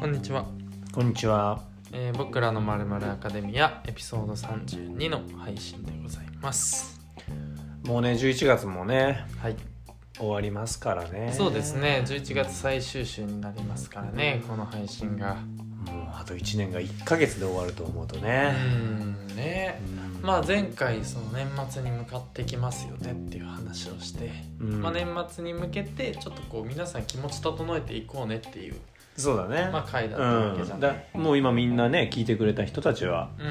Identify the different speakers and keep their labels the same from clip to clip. Speaker 1: こんにちは、
Speaker 2: こんにちは。
Speaker 1: えー僕らのまるまるアカデミアエピソード32の配信でございます
Speaker 2: もうね、11月もね、
Speaker 1: はい、
Speaker 2: 終わりますからね。
Speaker 1: そうです。ね11月最終週になりますからねこの配信が
Speaker 2: もうあと1年が1ヶ月で終わると思うと
Speaker 1: う
Speaker 2: ね。
Speaker 1: んねまあ前回その年末に向かってきますよねっていう話をして、
Speaker 2: うん
Speaker 1: まあ、年末に向けてちょっとこう皆さん気持ち整えていこうねっていう、
Speaker 2: そうだね。
Speaker 1: まあ、回だったわけじ
Speaker 2: う
Speaker 1: ゃ
Speaker 2: ん、
Speaker 1: ない、
Speaker 2: だもう今みんなね聞いてくれた人たちは、
Speaker 1: うん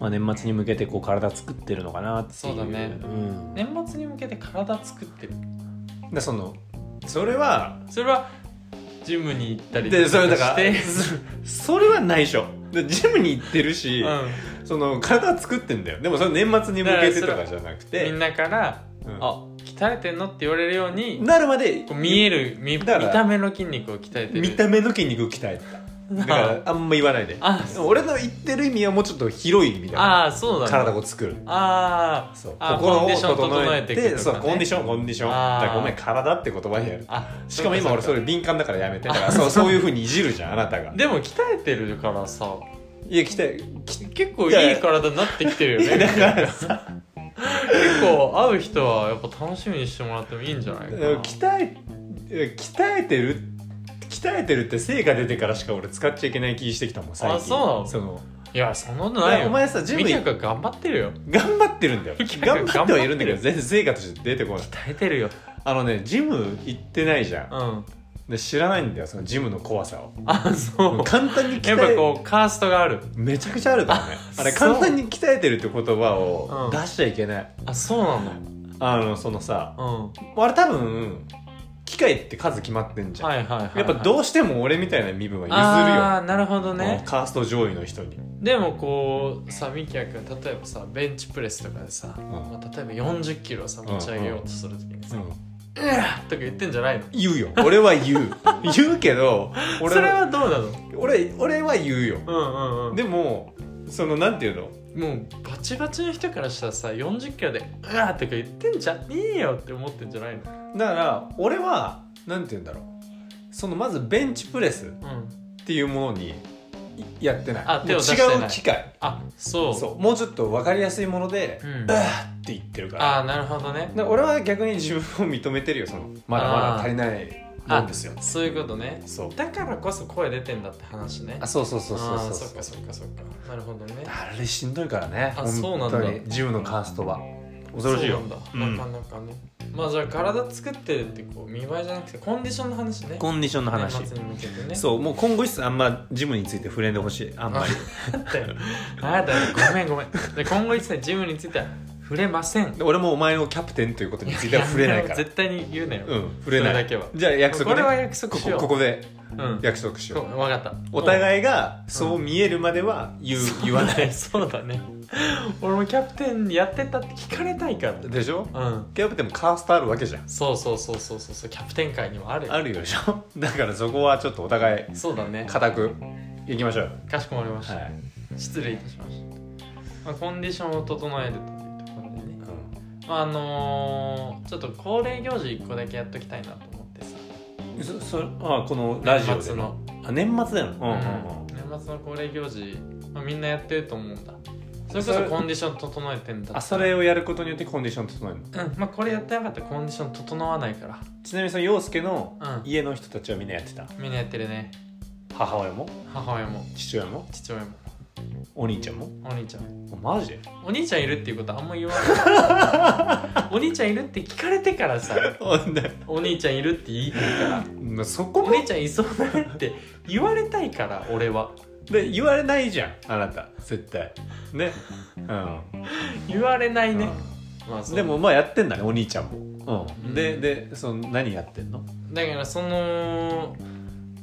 Speaker 2: まあ、年末に向けてこう体作ってるのかなっていう
Speaker 1: そうだね
Speaker 2: うん、
Speaker 1: 年末に向けて体作ってる
Speaker 2: でそのそれは
Speaker 1: それはジムに行ったり
Speaker 2: でそれだ
Speaker 1: し
Speaker 2: か
Speaker 1: て
Speaker 2: らそれはないでしょでジムに行ってる し、
Speaker 1: うん
Speaker 2: その体作ってんだよでもそれ年末に向けてとかじゃなくて
Speaker 1: みんなから「
Speaker 2: うん
Speaker 1: あ鍛えてんの?」って言われるように
Speaker 2: なるまで
Speaker 1: こう見える見見
Speaker 2: だから
Speaker 1: た目の筋肉を鍛えてる
Speaker 2: 見た目の筋肉を鍛えただからあんま言わないで
Speaker 1: あ
Speaker 2: 俺の言ってる意味はもうちょっと広い意味だ
Speaker 1: ああそうだね
Speaker 2: 体を作る
Speaker 1: あー
Speaker 2: そう
Speaker 1: あー
Speaker 2: 心
Speaker 1: コン
Speaker 2: を
Speaker 1: ディション
Speaker 2: 整
Speaker 1: 整え
Speaker 2: え
Speaker 1: て
Speaker 2: て
Speaker 1: いくとか、ね、
Speaker 2: そうコンディションコンディション
Speaker 1: あー
Speaker 2: だからごめん体って言葉でやる
Speaker 1: あ
Speaker 2: しかも今俺そ
Speaker 1: れ
Speaker 2: れ敏感だからやめてだからそうそういうふうにいじるじゃんあなたが
Speaker 1: でも鍛えてるからさ
Speaker 2: いや来て
Speaker 1: き結構いい体になってきてるよ
Speaker 2: いや
Speaker 1: ね
Speaker 2: だからさ
Speaker 1: 結構会う人はやっぱ楽しみにしてもらってもいいんじゃないかな
Speaker 2: 鍛え鍛えてる鍛えてるって成果出てからしか俺使っちゃいけない気してきたもん最近
Speaker 1: あそう
Speaker 2: その
Speaker 1: いやそんなことないよ
Speaker 2: お前さジム
Speaker 1: みき
Speaker 2: 行
Speaker 1: ゃくん頑張ってるよ
Speaker 2: 頑張っ てるんだよ
Speaker 1: いや
Speaker 2: 頑張ってはいるんだけど全然成果として出てこない
Speaker 1: 鍛えてるよ
Speaker 2: あのねジム行ってないじゃん
Speaker 1: うん
Speaker 2: で知らないんだよそのジムの怖 さを
Speaker 1: あそう
Speaker 2: 簡単に鍛
Speaker 1: やっぱ
Speaker 2: え
Speaker 1: こうカーストがある
Speaker 2: めちゃくちゃあるからね
Speaker 1: あ
Speaker 2: あれ
Speaker 1: そう
Speaker 2: 簡単に鍛えてるって言葉
Speaker 1: う
Speaker 2: を
Speaker 1: ん
Speaker 2: 出しちゃいけない、
Speaker 1: あそうなの
Speaker 2: あのそのさ
Speaker 1: うん
Speaker 2: あれ多分機械って数決まってんじゃん、
Speaker 1: はいはいはいはい、
Speaker 2: やっぱどうしても俺みたいな身分
Speaker 1: あ
Speaker 2: は
Speaker 1: あなるほど
Speaker 2: 譲るよ、
Speaker 1: ね
Speaker 2: カースト上位の人に
Speaker 1: でもこうさみきやくん例えばさベンチプレスとかでさ、まあ、例えば4 0キロをさ持ち上げようとするときにさ「うわっとか言ってんじゃないの
Speaker 2: 言うよ俺は言 う言うけど俺
Speaker 1: それはどうなの
Speaker 2: 俺俺は言うよ
Speaker 1: うんうんうん
Speaker 2: でもそのなんていうの
Speaker 1: もうバチバチの人からしたらさ4 0キロで「うわっとか言ってんじゃねえよって思ってんじゃないの
Speaker 2: だから俺はなんて言うんだろうそのまずベンチプレスっ
Speaker 1: うん
Speaker 2: ていうものにいやってない
Speaker 1: あ
Speaker 2: もう
Speaker 1: 手を出してない
Speaker 2: 違う機械
Speaker 1: あそう
Speaker 2: そうもうちょっと分かりやすいもので、
Speaker 1: うん
Speaker 2: うわーって言ってるから
Speaker 1: ああなるほどね
Speaker 2: だから俺は逆に自分を認めてるよそのまだまだ足りないもんですよ
Speaker 1: そういうことね
Speaker 2: そう
Speaker 1: だからこそ声出てんだって話ね
Speaker 2: あそうそうそうそう
Speaker 1: あー
Speaker 2: そ
Speaker 1: そっ
Speaker 2: う
Speaker 1: かそっかそっかなるほどね
Speaker 2: あれしんどいからね
Speaker 1: あそうなんだ
Speaker 2: 本当に自分のカーストは恐ろしいよ
Speaker 1: そうなんだ、
Speaker 2: うん
Speaker 1: なかなかねまあじゃあ体作ってるってこう見栄えじゃなくてコンディションの話ね
Speaker 2: コンディションの話
Speaker 1: 年末に向けてね
Speaker 2: そうもう今後一切あんまジムについて触れんでほしいあんまり
Speaker 1: だったよあだよごめんごめんで今後一切ジムについては触れません
Speaker 2: で俺もお前のキャプテンということについては触れないから
Speaker 1: 絶対に言うなよ、
Speaker 2: うん触れない
Speaker 1: それだけは
Speaker 2: じゃあ約束
Speaker 1: これは
Speaker 2: ね
Speaker 1: 約束
Speaker 2: こ
Speaker 1: しよ
Speaker 2: こ
Speaker 1: う
Speaker 2: ここで
Speaker 1: うん
Speaker 2: 約束しよう
Speaker 1: 分かった
Speaker 2: お
Speaker 1: い
Speaker 2: 互いがそう見えるまでは言う言わな い
Speaker 1: そうだね俺もキャプテンやってたって聞かれたいから
Speaker 2: でしょ
Speaker 1: うん
Speaker 2: キャプテンもカーストあるわけじゃん
Speaker 1: そうそうそうそうそうそうキャプテン界にもあるよ
Speaker 2: あるよでしょだからそこはちょっとお互い
Speaker 1: そうだね
Speaker 2: 固くいきましょう
Speaker 1: かしこまりました、
Speaker 2: はい、
Speaker 1: 失礼いたしました、まあ、コンディションを整えるというところでね、まああのーちょっと恒例行事一個だけやっときたいなと思ってさ
Speaker 2: うん、そそあこのラジオ
Speaker 1: 年末
Speaker 2: で
Speaker 1: の
Speaker 2: の、あ年末だよ、うんうんうん、
Speaker 1: 年末の恒例行事、まあ、みんなやってると思うんだそれこ
Speaker 2: そ
Speaker 1: そ
Speaker 2: れ
Speaker 1: コンディション整えてんだ
Speaker 2: あそれをやることによってコンディション整えるの
Speaker 1: うんまあこれやってなかったらコンディション整わないか
Speaker 2: ちなみにその陽介の
Speaker 1: らうん
Speaker 2: 家の人たちはみんなやってた
Speaker 1: みんなやってるね
Speaker 2: 母親も
Speaker 1: 母親も
Speaker 2: 父親も
Speaker 1: 父親も
Speaker 2: お兄ちゃんも
Speaker 1: お兄ちゃんも
Speaker 2: マ ジで
Speaker 1: お兄ちゃんいるっていうことあんま言わ ないお兄ちゃんいるって聞かれてからさお兄ちゃんいるって言いたいから
Speaker 2: まあそこ
Speaker 1: お
Speaker 2: も
Speaker 1: 姉ちゃんいそうだねって言われたいから俺は
Speaker 2: で言われないじゃんあなた絶対ねうん
Speaker 1: 言われないね、
Speaker 2: う
Speaker 1: まあそ
Speaker 2: ん
Speaker 1: う
Speaker 2: でもまあやってんだねお兄ちゃんも、うんで
Speaker 1: うん
Speaker 2: でその何やってんの
Speaker 1: だからその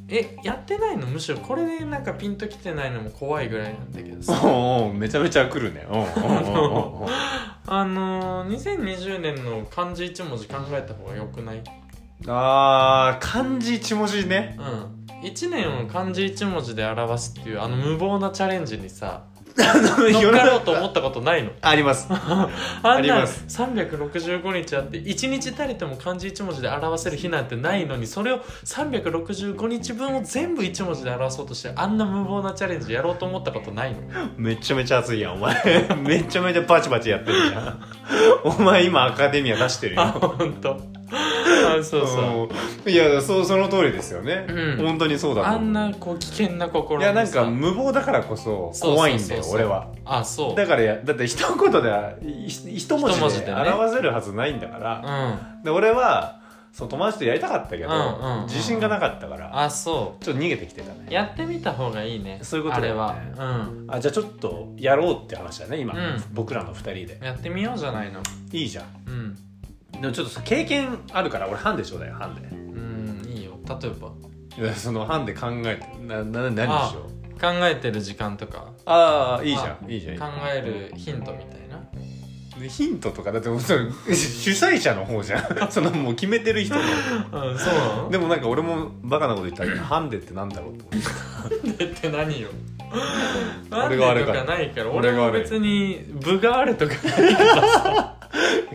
Speaker 1: えやってないのむしろこれでなんかピンときてないのも怖いぐらいなんだけど
Speaker 2: お
Speaker 1: さ
Speaker 2: うおうめちゃめちゃ来るねおうおうお うおう
Speaker 1: あのー、2020年の漢字1文字考えた方がよくない
Speaker 2: あー漢字一文字 ね
Speaker 1: うん1年を漢字1文字で表すっていうあの無謀なチャレンジにさ乗っかろうと思ったことないの
Speaker 2: あります
Speaker 1: あ
Speaker 2: あ
Speaker 1: ん
Speaker 2: り
Speaker 1: な
Speaker 2: ます
Speaker 1: 365日あって1日たりとも漢字1文字で表せる日なんてないのにそれを365日分を全部1文字で表そうとしてあんな無謀なチャレンジやろうと思ったことないの
Speaker 2: めちゃめちゃ熱いやんお前 めちゃめちゃパチパチやってるじゃんお前今アカデミア出してる
Speaker 1: あ
Speaker 2: よ
Speaker 1: 本当。あそうそう
Speaker 2: うんいやそうその通りですよね、
Speaker 1: うん
Speaker 2: 本当にそうだと
Speaker 1: あ
Speaker 2: 思うん
Speaker 1: なこう危険な心
Speaker 2: いやなん
Speaker 1: さ
Speaker 2: か無謀だからこ
Speaker 1: そ
Speaker 2: そ
Speaker 1: うそうそうそう
Speaker 2: 怖いんだよ俺は
Speaker 1: あそう
Speaker 2: だからやだって一言ではい一文
Speaker 1: 一文字
Speaker 2: 字
Speaker 1: で
Speaker 2: で
Speaker 1: ね
Speaker 2: 表せるはずないんだから、
Speaker 1: うん
Speaker 2: で俺はそう友達とやりたかったけど、
Speaker 1: うんうんうん
Speaker 2: 自信がなかったから
Speaker 1: あそ
Speaker 2: ちょっと逃げてきてた
Speaker 1: う
Speaker 2: ね
Speaker 1: やってみた方がいいね
Speaker 2: そういうこと
Speaker 1: あ
Speaker 2: だ
Speaker 1: れ
Speaker 2: よね
Speaker 1: は
Speaker 2: あじゃあちょっとやろうって話だね今、
Speaker 1: うん
Speaker 2: 僕らの2人で
Speaker 1: うんやってみようじゃないの
Speaker 2: いいじゃん
Speaker 1: うん
Speaker 2: でもちょっと経験あるから俺ハンデちょうだよハンデ
Speaker 1: うんいいよ例えば
Speaker 2: いやそのハンデ考えてなな何でしょう
Speaker 1: 考えてる時間とか
Speaker 2: ああいいじゃんいいじゃんいいじ
Speaker 1: 考
Speaker 2: ゃん
Speaker 1: えるヒントみたいな
Speaker 2: でヒントとかだってもうその 主催者の方じゃん そのもう決めてる人の
Speaker 1: うんそうなの
Speaker 2: でもなんか俺もバカなこと言ったらハンデってなんだろうと思って
Speaker 1: でって何よなんで
Speaker 2: 俺が悪い
Speaker 1: とかないから俺
Speaker 2: 俺が
Speaker 1: も
Speaker 2: 悪い
Speaker 1: 別に部があるとかない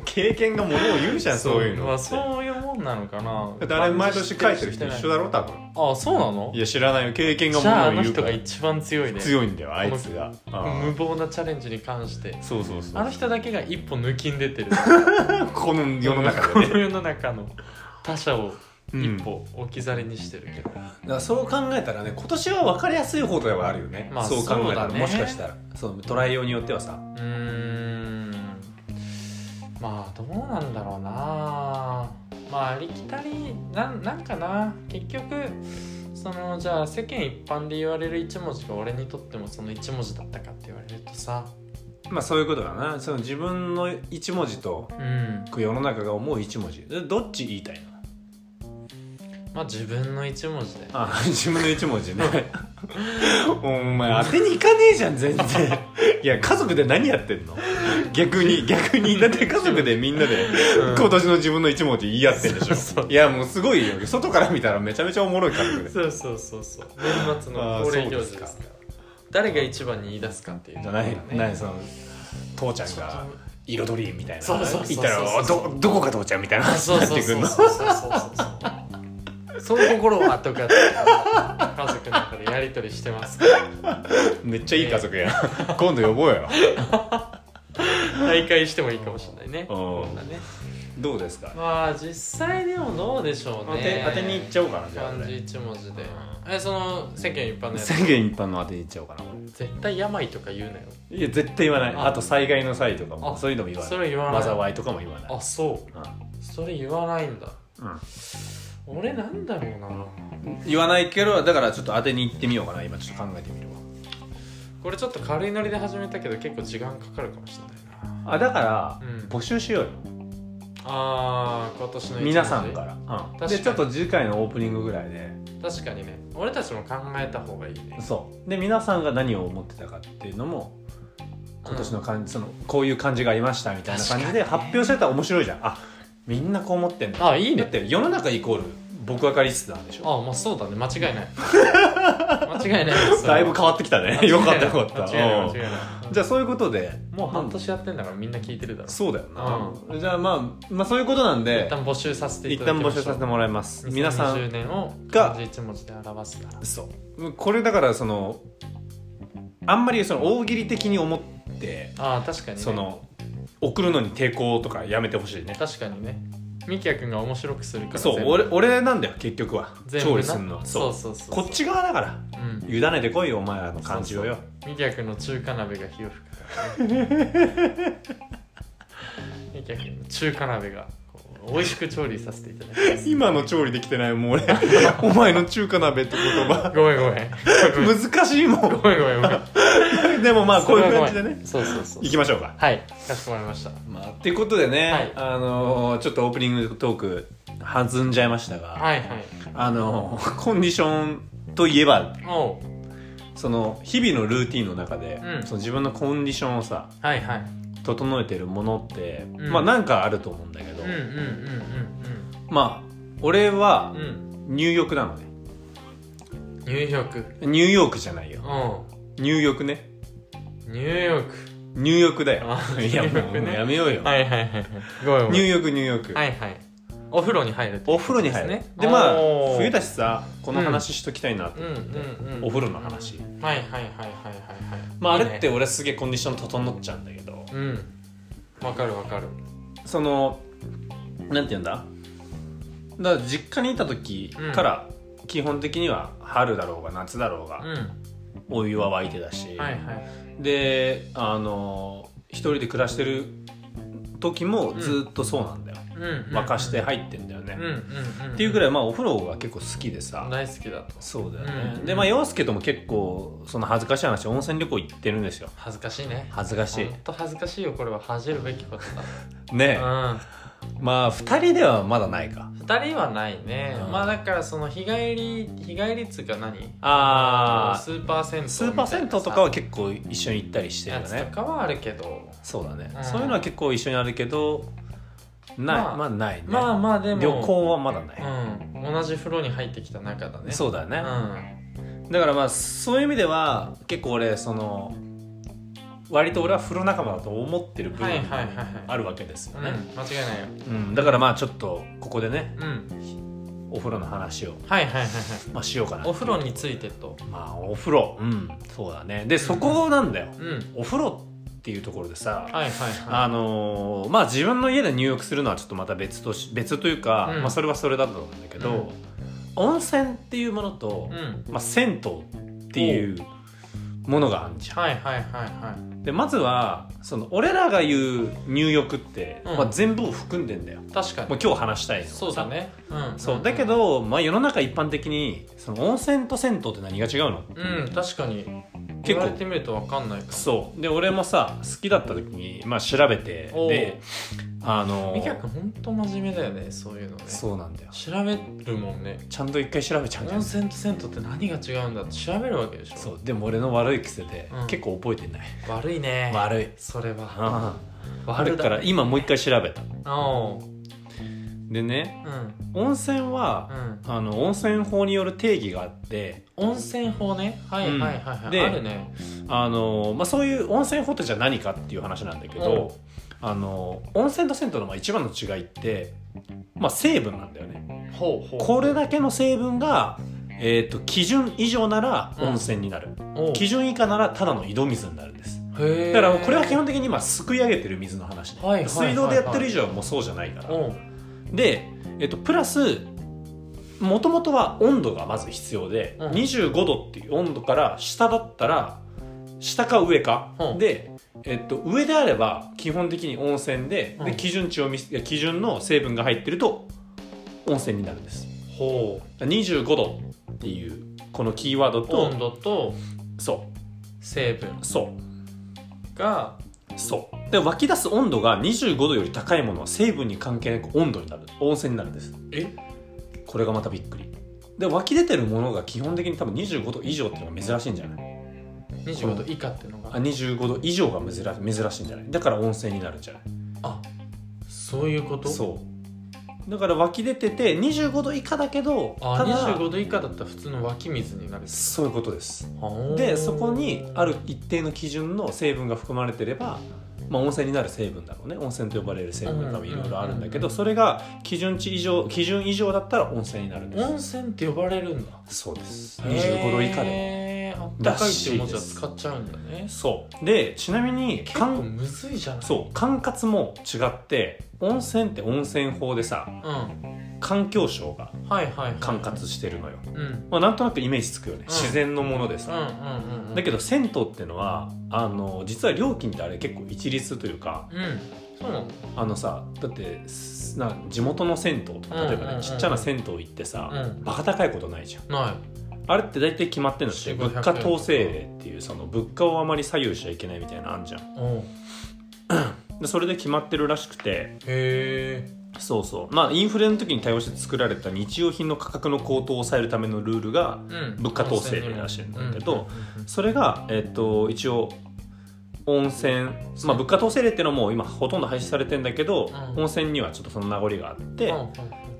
Speaker 2: 経験がものを言うじゃんそういう
Speaker 1: ま
Speaker 2: の
Speaker 1: あ
Speaker 2: って
Speaker 1: そういうもんなのかな
Speaker 2: だってあれ毎年書いてる人一緒だろ多分
Speaker 1: あそうなの
Speaker 2: いや知らないよ経験が
Speaker 1: じゃああ
Speaker 2: もの
Speaker 1: の
Speaker 2: を言う
Speaker 1: 人
Speaker 2: か
Speaker 1: が
Speaker 2: ら
Speaker 1: 一番強いね
Speaker 2: 強いんだよあいつがあ
Speaker 1: 無謀なチャレンジに関して
Speaker 2: あそうそうそ
Speaker 1: あの
Speaker 2: う
Speaker 1: 人だけが一歩抜きん出てる
Speaker 2: この世の中
Speaker 1: こ
Speaker 2: でね
Speaker 1: の 世の中の他者を
Speaker 2: うん
Speaker 1: 一歩置き去りにしてるけど、
Speaker 2: だからそう考えたらね今年は分かりやすい方ではあるよね、
Speaker 1: まあ
Speaker 2: そう考えた
Speaker 1: そうだ
Speaker 2: ら、
Speaker 1: ね
Speaker 2: もしかしたらそう捉えようによってはさ
Speaker 1: うーんまあどうなんだろうなまあありきたりなんなんかな結局そのじゃあ世間一般で言われる一文字が俺にとってもその一文字だったかって言われるとさ
Speaker 2: まあそういうことだなその自分の一文字と
Speaker 1: うん
Speaker 2: 世の中が思う一文字でどっち言いたいの
Speaker 1: まあ自分の一文字で
Speaker 2: あ自分の一文字ね お前当てに行かねえじゃん全然 いや家族で何やってんの逆 に逆にだって家族でみんなで
Speaker 1: うん
Speaker 2: 今年の自分の一文字言い合ってん でしょ
Speaker 1: そうそう
Speaker 2: いやもうすごいよ外から見たらめちゃめちゃおもろい家族 で
Speaker 1: そうそうそうそう年末
Speaker 2: あ
Speaker 1: の
Speaker 2: ー
Speaker 1: 恒例
Speaker 2: そう
Speaker 1: 行
Speaker 2: で
Speaker 1: 事
Speaker 2: す
Speaker 1: で
Speaker 2: か
Speaker 1: すから誰が一番に言い出すかっていう
Speaker 2: じゃない、ないその父ちゃんが彩りみたいな言ったらどどこか父ちゃんみたいな
Speaker 1: あ
Speaker 2: 話
Speaker 1: そ
Speaker 2: に
Speaker 1: う
Speaker 2: なっ
Speaker 1: そ
Speaker 2: て
Speaker 1: うそうそ
Speaker 2: くるの
Speaker 1: うそうそうその心はとかって家族の中でやり取りしてますから
Speaker 2: めっちゃいい家族 や今度呼ぼうよ
Speaker 1: 大会してもいいかもしれないね
Speaker 2: うん
Speaker 1: こんなね
Speaker 2: どうですか
Speaker 1: まあ実際でもどうでしょう
Speaker 2: 当て
Speaker 1: ね
Speaker 2: 当てに行っちゃおうかなじゃあ
Speaker 1: 漢字
Speaker 2: 俺
Speaker 1: 一文字でえその世間一般のやつ
Speaker 2: 世間一般の当てに行っちゃおうかな
Speaker 1: 絶対病とか言うなよ
Speaker 2: 俺いや絶対言わない
Speaker 1: あ
Speaker 2: あと災害の際とかも
Speaker 1: あ
Speaker 2: そういうのも言わ
Speaker 1: そ
Speaker 2: な
Speaker 1: れ
Speaker 2: い
Speaker 1: 言わない
Speaker 2: 災いとかも言わない
Speaker 1: あそうそれ言わないんだ俺なんだろうな
Speaker 2: うん言わないけどだからちょっと当てに行ってみようかな今ちょっと考えてみるわ
Speaker 1: これちょっと軽いノリで始めたけど結構時間かかるかもしれないな
Speaker 2: あだから
Speaker 1: うん
Speaker 2: 募集しようよ
Speaker 1: あー今年の一文字
Speaker 2: 皆さんから、
Speaker 1: かに
Speaker 2: でちょっと次回のオープニングぐらいで
Speaker 1: 確かにね俺たちも考えた方がいいね
Speaker 2: そうで皆さんが何を思ってたかっていうのも今年の感じ、そのこういう感じがありましたみたいな感じで
Speaker 1: 確かに
Speaker 2: 発表してたら面白いじゃんあみんなこう思ってんだ
Speaker 1: あいい
Speaker 2: だっ
Speaker 1: ね
Speaker 2: て世の中イコール僕はカリスナーでしょ
Speaker 1: あまあそうだね間違い ない間違いないです
Speaker 2: だいぶ変わってきたねよかったよかった
Speaker 1: 間違いない間
Speaker 2: うん
Speaker 1: 違いない
Speaker 2: じゃあそういうことで
Speaker 1: もう半年やってんだからみんな聞いてるだろ
Speaker 2: そうだよな、じゃあ、まあ、まあそういうことなん
Speaker 1: 一
Speaker 2: で
Speaker 1: 旦募集させてい
Speaker 2: 一
Speaker 1: ただ
Speaker 2: 旦
Speaker 1: き
Speaker 2: 募
Speaker 1: ましょ
Speaker 2: 集
Speaker 1: う
Speaker 2: させてもらいます皆
Speaker 1: 皆
Speaker 2: さ
Speaker 1: さん
Speaker 2: ん
Speaker 1: 2020年を
Speaker 2: が
Speaker 1: 31文字で表すなら
Speaker 2: そうこれだからそのあんまりその大喜利的に思って
Speaker 1: ああ確かにね
Speaker 2: その送るのに抵抗とかやめてほしいね
Speaker 1: 確かにねみきやくんが面白くするから
Speaker 2: そう
Speaker 1: 全部
Speaker 2: 俺俺なんだよ結局は
Speaker 1: 全部な
Speaker 2: 調理するのは
Speaker 1: そう
Speaker 2: そう
Speaker 1: そうそう
Speaker 2: こっち側だから
Speaker 1: うん
Speaker 2: 委ねてこいよお前らの感じをよ
Speaker 1: みきやくんの中華鍋が火を吹くからねみきやくんの中華鍋がこう美味しく調理させていただきます
Speaker 2: 今の調理できてないもう俺 お前の中華鍋って言葉
Speaker 1: ごめんごめんごめん
Speaker 2: 難しいも
Speaker 1: ごめんごめんごめん
Speaker 2: んでもまあこういう感じでね
Speaker 1: そうそうそう
Speaker 2: いきましょうか
Speaker 1: はいかしこまりました
Speaker 2: まあ、っていうことでね、
Speaker 1: はい
Speaker 2: あのーちょっとオープニングトーク弾んじゃいましたが、
Speaker 1: はいはい
Speaker 2: あのーコンディションといえば
Speaker 1: おう
Speaker 2: その日々のルーティンの中で、
Speaker 1: うん
Speaker 2: その自分のコンディションをさ
Speaker 1: はいはい
Speaker 2: 整えてるものって、
Speaker 1: うん
Speaker 2: まあなんかあると思うんだけど、
Speaker 1: うんうんうん
Speaker 2: まあ俺は
Speaker 1: うんうんうん
Speaker 2: 入浴なのね
Speaker 1: 入浴
Speaker 2: ニューヨークじゃないよ
Speaker 1: おう
Speaker 2: 入浴ね
Speaker 1: ニューヨーク
Speaker 2: ニューヨークだよ
Speaker 1: あ
Speaker 2: いや
Speaker 1: ニューヨー
Speaker 2: も
Speaker 1: ク
Speaker 2: う
Speaker 1: ね
Speaker 2: やめようよ、
Speaker 1: はいはいはいはいごめんごめん
Speaker 2: ニューヨークニューヨーク、
Speaker 1: はいはいお風呂に入る
Speaker 2: お風呂に入るで,、
Speaker 1: ですね
Speaker 2: まあ
Speaker 1: おー
Speaker 2: 冬だしさこの話しときたいなと
Speaker 1: うんう
Speaker 2: 思って、
Speaker 1: んうん
Speaker 2: お風呂の話
Speaker 1: はいはいはいはいはいはい
Speaker 2: まああれって
Speaker 1: いいね
Speaker 2: 俺すげえコンディション整っちゃうんだけど
Speaker 1: うんわかるわかる
Speaker 2: そのなんて言うんだだから実家にいた時から、基本的には春だろうが夏だろうが、
Speaker 1: うん
Speaker 2: お湯は沸いてたし、
Speaker 1: はいはい
Speaker 2: であの一人で暮らしてる時もずっとそうなんだよ、
Speaker 1: うんうんうん
Speaker 2: 沸かして入ってんだよね、
Speaker 1: うんうんうん
Speaker 2: っていうぐら
Speaker 1: い
Speaker 2: いまあお風呂が結構好きでさ、
Speaker 1: 大好きだと
Speaker 2: そうだよね、
Speaker 1: うん
Speaker 2: でまあ洋介とも結構その恥ずかしい話温泉旅行行ってるんですよ
Speaker 1: 恥ずかしいね
Speaker 2: 恥ずかし
Speaker 1: ほんと恥ずかしいよこれは恥じるべきこと
Speaker 2: いね え
Speaker 1: だうん
Speaker 2: まあ2人ではまだないか
Speaker 1: 二人はないね、
Speaker 2: うん
Speaker 1: まあだからその日帰り日帰りっつうか何
Speaker 2: あー
Speaker 1: スーパー銭湯
Speaker 2: スーパー銭湯とかは
Speaker 1: 結
Speaker 2: 結構一緒に行ったりして
Speaker 1: 構や
Speaker 2: るよ
Speaker 1: つと
Speaker 2: ね
Speaker 1: かはあるけど、
Speaker 2: そうだね、
Speaker 1: うん
Speaker 2: そういうのは結構一緒にあるけどない、
Speaker 1: ま
Speaker 2: ま
Speaker 1: あ
Speaker 2: あ、ないね、
Speaker 1: まあまあでも
Speaker 2: 旅行はまだない、
Speaker 1: うん同じ風呂に入ってきた中だね
Speaker 2: そうだよね
Speaker 1: う、ん
Speaker 2: だからまあそういう意味では結構俺その割と俺は風呂仲間だと思ってる部
Speaker 1: はい
Speaker 2: 分
Speaker 1: はいはいは
Speaker 2: が
Speaker 1: い
Speaker 2: あるわけですよ
Speaker 1: うん
Speaker 2: ね、
Speaker 1: 間違いないよ
Speaker 2: うん、だからまあちょっとここでね
Speaker 1: うん
Speaker 2: お風呂の話を、
Speaker 1: はいはいはいはい
Speaker 2: まあ、しようかな
Speaker 1: お風呂についてと
Speaker 2: まあお風呂うんそうだねでそこなんだよ、
Speaker 1: うん
Speaker 2: お風呂っていうところでさ、
Speaker 1: はいはいは
Speaker 2: あのーまあ自分の家で入浴するのはちょっとまた別とし別というか、
Speaker 1: うん
Speaker 2: まあ、それはそれだと思うんだけど、
Speaker 1: うん
Speaker 2: 温泉っていうものと
Speaker 1: い、うん
Speaker 2: まあ、銭湯っていうものがあるじゃん。
Speaker 1: はいはいはいは
Speaker 2: でまずはその俺らが言う入浴って、
Speaker 1: うん
Speaker 2: まあ、全部を含んでんだよ。
Speaker 1: い確か
Speaker 2: も
Speaker 1: に
Speaker 2: う今日話したいのがさ
Speaker 1: そうだねうん
Speaker 2: そうだけど、まあ、世の中一般的にその温泉と銭湯って何が違うの、
Speaker 1: うん確かに言
Speaker 2: 結
Speaker 1: われ
Speaker 2: 構
Speaker 1: てみると分かんないかも
Speaker 2: そうで俺もさ好きだった時に、まあ、調べて
Speaker 1: おう
Speaker 2: であの
Speaker 1: 美脚ほんと真面目だよねそういうのね
Speaker 2: そうなんだよ
Speaker 1: 調べるもんね
Speaker 2: ちゃんと一回調べちゃうんだ
Speaker 1: 温
Speaker 2: よ
Speaker 1: 泉と銭湯って何が違うんだって調べるわけでしょ
Speaker 2: そうでも俺の悪い癖で、
Speaker 1: うん
Speaker 2: 結構覚えてない、
Speaker 1: 悪いね
Speaker 2: 悪い
Speaker 1: それは
Speaker 2: ああ
Speaker 1: 悪
Speaker 2: る
Speaker 1: だ
Speaker 2: から今もう一回調べた
Speaker 1: おう
Speaker 2: でね
Speaker 1: うん
Speaker 2: 温泉は
Speaker 1: う、ん
Speaker 2: あの温泉法による定義があって
Speaker 1: 温泉法ねはいはいはいはい、
Speaker 2: うんで
Speaker 1: あるね
Speaker 2: あの、まあ、そういう温泉法ってじゃあ何かっていう話なんだけど、あの温泉と銭湯のまあ一番の違いって、まあ、成分なんだよね
Speaker 1: ほうほう
Speaker 2: これだけの成分が、えー、と基準以上なら温泉になる、
Speaker 1: おう
Speaker 2: 基準以下ならただの井戸水になるんです
Speaker 1: へ
Speaker 2: だ
Speaker 1: え
Speaker 2: からこれは基本的に今すくい上げてる水の話ね、
Speaker 1: はいはいはいはい
Speaker 2: 水道でやってる以上はもうそうじゃないから、
Speaker 1: おう
Speaker 2: で、えっと、プラスもともとは温度がまず必要で、
Speaker 1: うん
Speaker 2: 25度っていう温度から下だったら下か上か、
Speaker 1: うん
Speaker 2: で、えっと、上であれば基本的に温泉で,、
Speaker 1: う
Speaker 2: で
Speaker 1: ん
Speaker 2: 基準値を見せいや基準の成分が入ってると温泉になるんです
Speaker 1: ほ
Speaker 2: だから25度っていうこのキーワード
Speaker 1: う
Speaker 2: と、
Speaker 1: 温度と
Speaker 2: そ
Speaker 1: 成分
Speaker 2: うそう
Speaker 1: が
Speaker 2: そうで湧き出す温度が25度より高いものは成分に関係なく温度になる温泉になるんです
Speaker 1: え
Speaker 2: これがまたびっくりで湧き出てるものが基本的に多分25度以上っていうのが珍しいんじゃない
Speaker 1: 25度以下っていうの
Speaker 2: あ
Speaker 1: が
Speaker 2: 25度以上が珍珍しいんじゃないだから温泉になるんじゃない
Speaker 1: あそういうこと
Speaker 2: そうだから湧き出てて25度以下だけど
Speaker 1: あ
Speaker 2: ただ
Speaker 1: 25度以下だったら普通の湧き水になる
Speaker 2: そういうことです
Speaker 1: おう
Speaker 2: でそこにある一定の基準の成分が含まれてればまあ、温泉になる成分だろうね温泉と呼ばれる成分が多分いろいろあるんだけど、
Speaker 1: うん
Speaker 2: それが基準値以上基準以上だったら温泉になるんです、
Speaker 1: 温泉って呼ばれるんだ
Speaker 2: そうです25度以下で
Speaker 1: であった
Speaker 2: ら
Speaker 1: かいっ
Speaker 2: してい
Speaker 1: も
Speaker 2: です
Speaker 1: じゃ使っちゃうんだね
Speaker 2: そうでちなみに
Speaker 1: 結構
Speaker 2: かん
Speaker 1: むずいじゃない
Speaker 2: そう管轄も違って温泉って温泉法でさ
Speaker 1: うんはい
Speaker 2: 環境省が
Speaker 1: はいはい
Speaker 2: 管轄してるのよ、
Speaker 1: うんうん
Speaker 2: まあ、なんとなくイメージつくよ
Speaker 1: う
Speaker 2: ね、
Speaker 1: ん
Speaker 2: 自然のものでさ、
Speaker 1: うんうん
Speaker 2: だけ
Speaker 1: ど
Speaker 2: ど銭湯ってのはあの実は料金ってあれ結構一律というか
Speaker 1: うんそうなんだ
Speaker 2: あのさだってすな地元の銭湯とか例えばね、
Speaker 1: うんうんうん
Speaker 2: ちっちゃな銭湯行ってさ、
Speaker 1: うん
Speaker 2: バカ高いことないじゃん
Speaker 1: ない
Speaker 2: あれって大体決まってるのって
Speaker 1: 400
Speaker 2: 物価統制令っていうその物価をあまり左右しちゃいけないみたいなのあんじゃん
Speaker 1: おう
Speaker 2: でそれで決まってるらしくて
Speaker 1: へえ
Speaker 2: そうそうまあインフレの時に対応して作られた日用品の価格の高騰を抑えるためのルールが
Speaker 1: うん
Speaker 2: 物価統制令らしいんだけど
Speaker 1: うん
Speaker 2: それが、えっと一応温泉、まあ、物価統制令っていうのはもう今ほとんど廃止されてんだけど、
Speaker 1: うん
Speaker 2: 温泉にはちょっとその名残があって、
Speaker 1: うんうん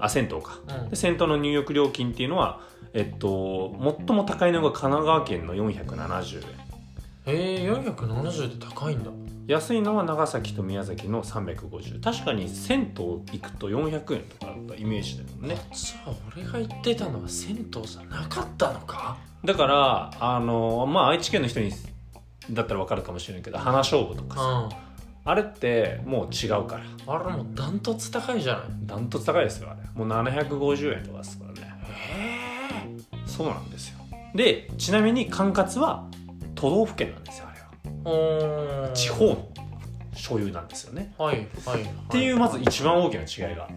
Speaker 2: あ銭湯か
Speaker 1: うん
Speaker 2: で銭湯の入浴料金っていうのはえっと最も高いのが神奈川県の470円
Speaker 1: ええー、470って高いんだ
Speaker 2: 安いのは長崎と宮崎の350確かに銭湯行くと400円とかだったイメージだよね
Speaker 1: じゃあ俺が言ってたのは銭湯じゃなかったのか
Speaker 2: だからあのまあ愛知県の人にだったらわかるかもしれないけど花勝負と
Speaker 1: う
Speaker 2: か
Speaker 1: ん
Speaker 2: さ
Speaker 1: あ
Speaker 2: あれってもう違うから
Speaker 1: れもうダントツ高いじゃない
Speaker 2: ダントツ高いですよあれもう750円とかですからね
Speaker 1: ええ
Speaker 2: そうなんですよでちなみに管轄は都道府県なんですよあれは
Speaker 1: おー
Speaker 2: 地方の所有なんですよね
Speaker 1: はいはい、はい、っ
Speaker 2: っていうまず一番大きな違いが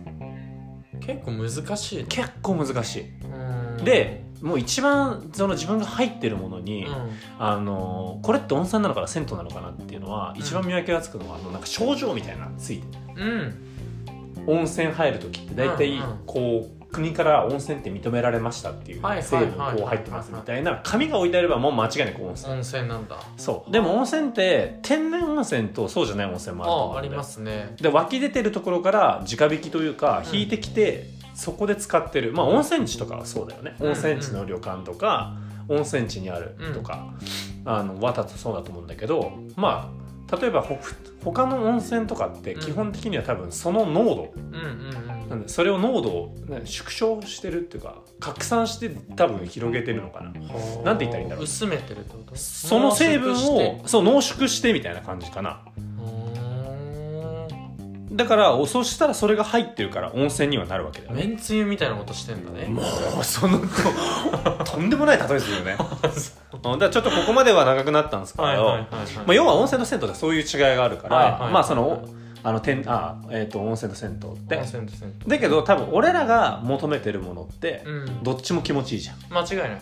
Speaker 1: 結構難しいね
Speaker 2: 結構難しい
Speaker 1: うん
Speaker 2: でもう一番その自分が入ってるものに、
Speaker 1: うん
Speaker 2: あのこれって温泉なのかな銭湯なのかなっていうのは
Speaker 1: うん
Speaker 2: 一番見分けがつくのは、あのなんか症状みたいなのついてる
Speaker 1: うん
Speaker 2: 温泉入る時って大体
Speaker 1: うんうん
Speaker 2: こう国から温泉って認められましたっていう
Speaker 1: はいはい
Speaker 2: 成分
Speaker 1: は
Speaker 2: が
Speaker 1: い
Speaker 2: こう入ってますみたいな紙が置いてあればもう間違いなく温泉
Speaker 1: 温泉なんだ
Speaker 2: そうでも温泉って天然温泉とそうじゃない温泉もあると思う
Speaker 1: あ
Speaker 2: ん
Speaker 1: あ
Speaker 2: だ
Speaker 1: り
Speaker 2: よ
Speaker 1: ますね
Speaker 2: で湧き出てるところから直引きというか
Speaker 1: うん
Speaker 2: 引いてきて、そこで使ってるまあ温泉地とかはそうだよね
Speaker 1: うん
Speaker 2: 温泉地の旅館とか、温泉地にあるとか、あの和田とそうだと思うんだけどまあ例えばほ他の温泉とかって
Speaker 1: うん
Speaker 2: 基本的には多分その濃度、
Speaker 1: うんうん
Speaker 2: なんでそれを濃度をね縮小してるっていうか拡散して多分広げてるのかな
Speaker 1: うん
Speaker 2: なんて言ったらいいんだろう
Speaker 1: 薄めてるってこと
Speaker 2: その成分
Speaker 1: 濃縮して
Speaker 2: をそう濃縮してみたいな感じかな
Speaker 1: うーん
Speaker 2: だからおそうしたらそれが入ってるから温泉にはなるわけだよね
Speaker 1: めんつゆみたいなことしてんだね
Speaker 2: もうそのととんでもない例えするよ ねうんだからちょっとここまでは長くなったんですけど、
Speaker 1: はいはいはいはい
Speaker 2: まあ、要は温泉と銭湯でそういう違いがあるから、
Speaker 1: はいはいはい
Speaker 2: まあそのあのてんあ、えー、と温泉と銭湯って
Speaker 1: 温泉と銭
Speaker 2: だけど多分俺らが求めてるものって
Speaker 1: 湯うん
Speaker 2: どっちも気持ちいいじゃん
Speaker 1: 間違いない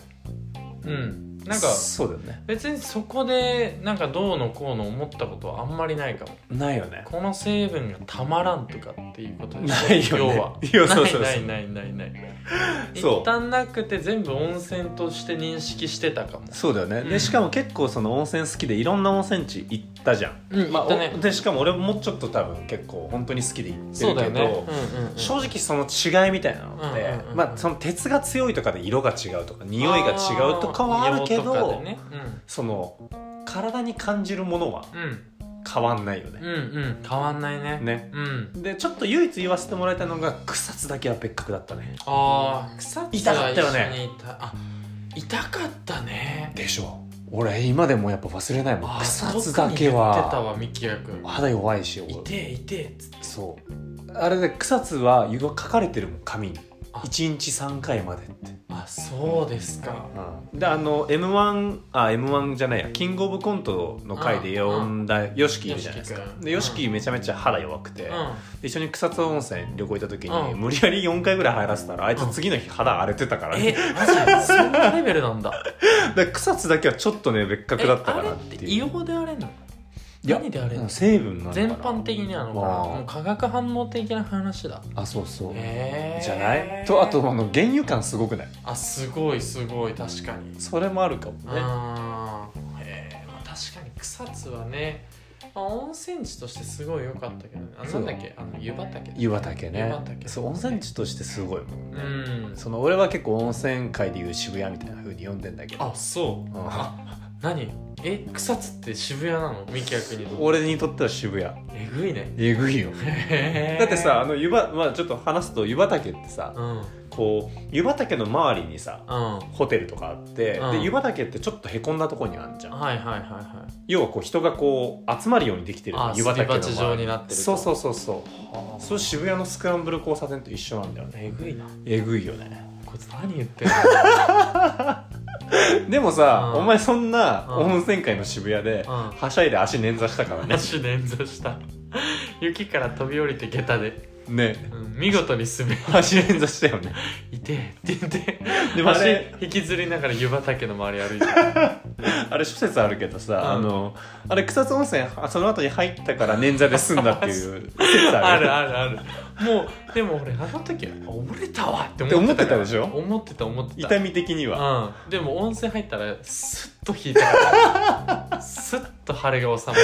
Speaker 1: うんなんか
Speaker 2: そうだよね
Speaker 1: 別にそこでなんかどうのこうの思ったことはあんまりないかも
Speaker 2: ないよね
Speaker 1: この成分がたまらんとかっていうことでしょ
Speaker 2: ないよね
Speaker 1: 要はい
Speaker 2: やそうそうそう
Speaker 1: ないないないないない
Speaker 2: そう
Speaker 1: 一旦なくて全部温泉として認識してたかも
Speaker 2: そうだよね、
Speaker 1: う
Speaker 2: で
Speaker 1: ん
Speaker 2: しかも結構その温泉好きでいろんな温泉地行ったじゃん、
Speaker 1: うん
Speaker 2: まあ
Speaker 1: 行ったね
Speaker 2: おでしかも俺もちょっと多分結構本当に好きで行って
Speaker 1: そう
Speaker 2: る
Speaker 1: だ
Speaker 2: け
Speaker 1: よ
Speaker 2: ど、
Speaker 1: ねうんうんうん
Speaker 2: 正直その違いみたいなのって、
Speaker 1: うんうんうんうん
Speaker 2: まあその鉄が強いとかで色が違うとか匂いが違うとかはあるけ
Speaker 1: ー硫黄と
Speaker 2: ど、
Speaker 1: かでね
Speaker 2: その体に感じるものは
Speaker 1: うんうん
Speaker 2: 変わんないよね。
Speaker 1: うんうん変わんないね
Speaker 2: ね
Speaker 1: うん
Speaker 2: でちょっと唯一言わせてもらえたのが草津だけは別格だったね。
Speaker 1: あー草津は
Speaker 2: 痛かったよね
Speaker 1: 一緒にいたあ痛かったね
Speaker 2: でしょ俺今でもやっぱ忘れないも
Speaker 1: あ
Speaker 2: ん
Speaker 1: ー
Speaker 2: 草津だけ
Speaker 1: 特に言ってた
Speaker 2: は
Speaker 1: わミキヤ君
Speaker 2: 肌弱いし
Speaker 1: いてえいてえっつって
Speaker 2: そうあれで草津は湯が書かれてるもん紙に
Speaker 1: あ
Speaker 2: 1日3回までって。
Speaker 1: あそうですか
Speaker 2: であの m 1あ m 1じゃないやキングオブコントの回で呼んだ y o s いるじゃないですか
Speaker 1: yoshiki 君
Speaker 2: で y o s めちゃめちゃ腹弱くて、
Speaker 1: う
Speaker 2: 一緒に草津温泉旅行行った時に、
Speaker 1: うん
Speaker 2: 無理やり4回ぐらい入らせたらあいつ
Speaker 1: うん
Speaker 2: 次の日肌荒れてたから、
Speaker 1: ん、
Speaker 2: ね
Speaker 1: えマジでそんなレベルなんだ
Speaker 2: で草津だけはちょっとね別格だった
Speaker 1: え
Speaker 2: か
Speaker 1: あれ
Speaker 2: な
Speaker 1: っ
Speaker 2: って
Speaker 1: て
Speaker 2: いう
Speaker 1: 硫黄であれんの
Speaker 2: いや
Speaker 1: 何であれん
Speaker 2: う
Speaker 1: の
Speaker 2: ん成分なのかな
Speaker 1: 全般的になのかな
Speaker 2: わあ
Speaker 1: もう化学反応的な話だ
Speaker 2: あそうそう、
Speaker 1: へえ
Speaker 2: じゃないとあとあの原油感すごくない
Speaker 1: あすごいすごい確かに
Speaker 2: それもあるかもね
Speaker 1: あーへえまあ確かに草津はね、まあ、温泉地としてすごい良かったけどねあ
Speaker 2: そ
Speaker 1: な
Speaker 2: うん
Speaker 1: だっけあの湯畑
Speaker 2: 湯畑ね
Speaker 1: 湯畑
Speaker 2: そう温泉地としてすごいもん
Speaker 1: う
Speaker 2: ね、
Speaker 1: ん
Speaker 2: その俺は結構温泉界でいう渋谷みたいな風に呼んでんだけど
Speaker 1: あそう
Speaker 2: あ
Speaker 1: 何え草津って渋谷なのミキヤ君にとって
Speaker 2: 俺にとっては渋谷
Speaker 1: えぐいね
Speaker 2: えぐいよ
Speaker 1: へえ
Speaker 2: だってさあの湯葉、まあ、ちょっと話すと湯畑ってさ
Speaker 1: うんうん
Speaker 2: こう湯畑の周りにさ
Speaker 1: は
Speaker 2: ホテルとかあって、
Speaker 1: うん
Speaker 2: で湯畑ってちょっとへこんだとこにあるじ
Speaker 1: い
Speaker 2: ゃん
Speaker 1: はいはいはい
Speaker 2: 要はこう人がこう集まるようにできてるの
Speaker 1: あす
Speaker 2: 湯
Speaker 1: り
Speaker 2: 畑の
Speaker 1: 鉢状
Speaker 2: 周り
Speaker 1: になってる
Speaker 2: そうそううそうそうそう渋谷のスクランブル交差点と一緒なんだよね
Speaker 1: えぐいな
Speaker 2: えぐいよね
Speaker 1: こいつ何言 ってんの
Speaker 2: でもさ、
Speaker 1: うん
Speaker 2: お前そんな
Speaker 1: うん
Speaker 2: 温泉街の渋谷で、
Speaker 1: うん
Speaker 2: はしゃいで足捻挫したからね
Speaker 1: 足捻挫した雪から飛び降りて下駄で、
Speaker 2: ね
Speaker 1: うん、見事に滑り
Speaker 2: 足捻挫したよね
Speaker 1: 痛えって言って
Speaker 2: でもあ
Speaker 1: 足
Speaker 2: れ
Speaker 1: 引きずりながら湯畑の周り歩いて
Speaker 2: あれ諸説あるけどさ、
Speaker 1: うん
Speaker 2: あのあれ草津温泉あその後に入ったから捻挫で済んだっていう 説
Speaker 1: あ
Speaker 2: ある
Speaker 1: るあるあるもうでも俺あの時は溺れたわって思ってた
Speaker 2: って思ってたでしょ
Speaker 1: 思ってた思ってた
Speaker 2: 痛み的には、
Speaker 1: うん、でも温泉入ったらスッと引いたから スッと腫れが治まる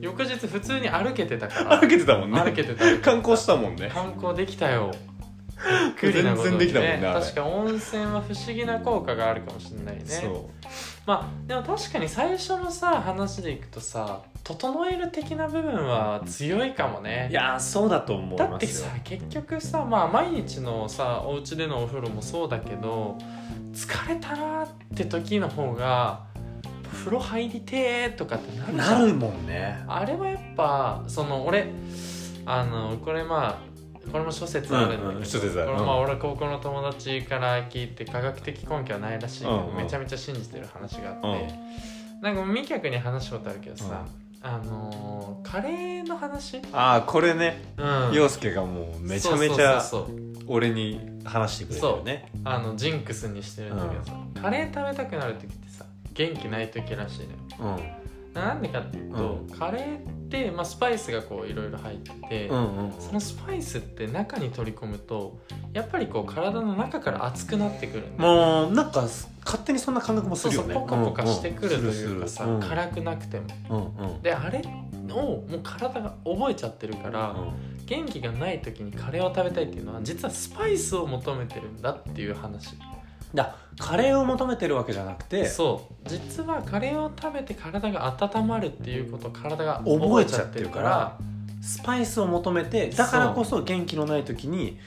Speaker 1: 翌日普通に歩けてたから
Speaker 2: 歩けてたもんね
Speaker 1: 歩けてた
Speaker 2: 観光したもんね
Speaker 1: 観光できたよびっくりなこと
Speaker 2: 全然
Speaker 1: に
Speaker 2: できたもんねあれ
Speaker 1: 確か温泉は不思議な効果があるかもしれないね
Speaker 2: そう
Speaker 1: まあでも確かに最初のさ話でいくとさ整える的な部分は強いかもね
Speaker 2: いやーそうだと思いますよ
Speaker 1: だってさ結局さまあ毎日のさお家でのお風呂もそうだけど疲れたなーって時の方が風呂入りてーとかってなるじゃん
Speaker 2: なるもんね
Speaker 1: あれはやっぱその俺あのこれまあこれも諸説あるんだけど、
Speaker 2: うんうん諸説ある
Speaker 1: これ
Speaker 2: うん
Speaker 1: まあ俺は高校の友達から聞いて科学的根拠はないらしいけど、
Speaker 2: うんうん
Speaker 1: めちゃめちゃ信じてる話があって、
Speaker 2: うん
Speaker 1: なんかもう美脚に話したことあるけどさ、あのーカレーの話、
Speaker 2: ああこれね
Speaker 1: うん
Speaker 2: 陽介がもうめちゃめちゃ
Speaker 1: そうそうそうそう
Speaker 2: 俺に話してくれてるね
Speaker 1: あのジンクスにしてるんだけどさ、カレー食べたくなる時ってさ元気ない時らしいのよ
Speaker 2: うん
Speaker 1: なんでかっていうと、カレーって、まあ、スパイスがこういろいろ入ってて、
Speaker 2: うんうん
Speaker 1: そのスパイスって中に取り込むとやっぱりこう体の中から熱くなってくるんだよ
Speaker 2: もうなんか勝手にそんな感覚もす
Speaker 1: そう
Speaker 2: る
Speaker 1: そ
Speaker 2: よ
Speaker 1: う
Speaker 2: ね
Speaker 1: ポカポカしてくるというかさ、
Speaker 2: うんうんするする
Speaker 1: 辛くなくても
Speaker 2: うんうん
Speaker 1: であれをもう体が覚えちゃってるから、
Speaker 2: うん
Speaker 1: 元気がない時にカレーを食べたいっていうのは実はスパイスを求めてるんだっていう話
Speaker 2: だカレーを求めてるわけじゃなくて
Speaker 1: そう実はカレーを食べて体が温まるっていうことを体が
Speaker 2: 覚えちゃってるからスパイスを求めてだからこそ元気のない時に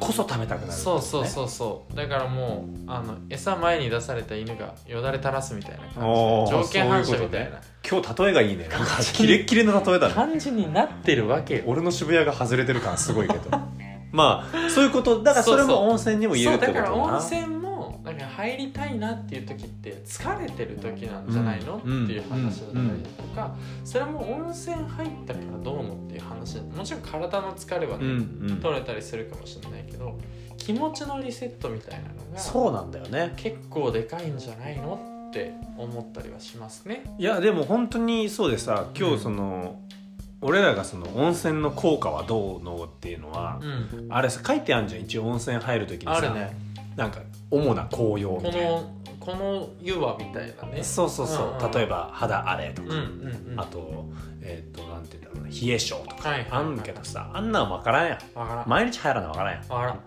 Speaker 2: こそ食べたくなる、
Speaker 1: そうそうそうそうだからもうあの餌前に出された犬がよだれ垂らすみたいな
Speaker 2: お
Speaker 1: 感
Speaker 2: ー
Speaker 1: じ条件反射みた
Speaker 2: そうい
Speaker 1: いう
Speaker 2: こ
Speaker 1: な
Speaker 2: 今日例えがいいねなんかキレッキレの例えだね
Speaker 1: 感じになってるわけよ
Speaker 2: 俺の渋谷が外れてる感すごいけど まあそういうことだからそれ
Speaker 1: そうそう
Speaker 2: も温泉にも言え
Speaker 1: そう
Speaker 2: るって
Speaker 1: だ
Speaker 2: こと
Speaker 1: から
Speaker 2: な
Speaker 1: 温泉もなんか入りたいなっていう時って疲れてる時なんじゃないの、
Speaker 2: うん
Speaker 1: っていう話だったりとか、それも温泉入ったからどうのっていう話もちろん体の疲れは
Speaker 2: う
Speaker 1: ね、
Speaker 2: んうん
Speaker 1: 取れたりするかもしれないけど気持ちのリセットみたいなのが
Speaker 2: そうなんだよね
Speaker 1: 結構でかいんじゃないのって思ったりはしますね。
Speaker 2: いやでも本当にそうでさ今日その、俺らがその温泉の効果はどうのっていうのは、
Speaker 1: うん、
Speaker 2: あれさ書いてあるじゃん一応温泉入る時にさ
Speaker 1: あるね
Speaker 2: なんか主な紅葉み
Speaker 1: こ
Speaker 2: たいな
Speaker 1: のこの湯はみたいなね
Speaker 2: そうそうそう、
Speaker 1: うんうん
Speaker 2: 例えば肌荒れと
Speaker 1: う
Speaker 2: か、
Speaker 1: んうんうん
Speaker 2: あとえっ、となんて言うんだろうね冷え性とか、
Speaker 1: はいはいはい
Speaker 2: あんけどさあんなん分からんやん
Speaker 1: わからん、
Speaker 2: 毎日入らな分からんやん
Speaker 1: わか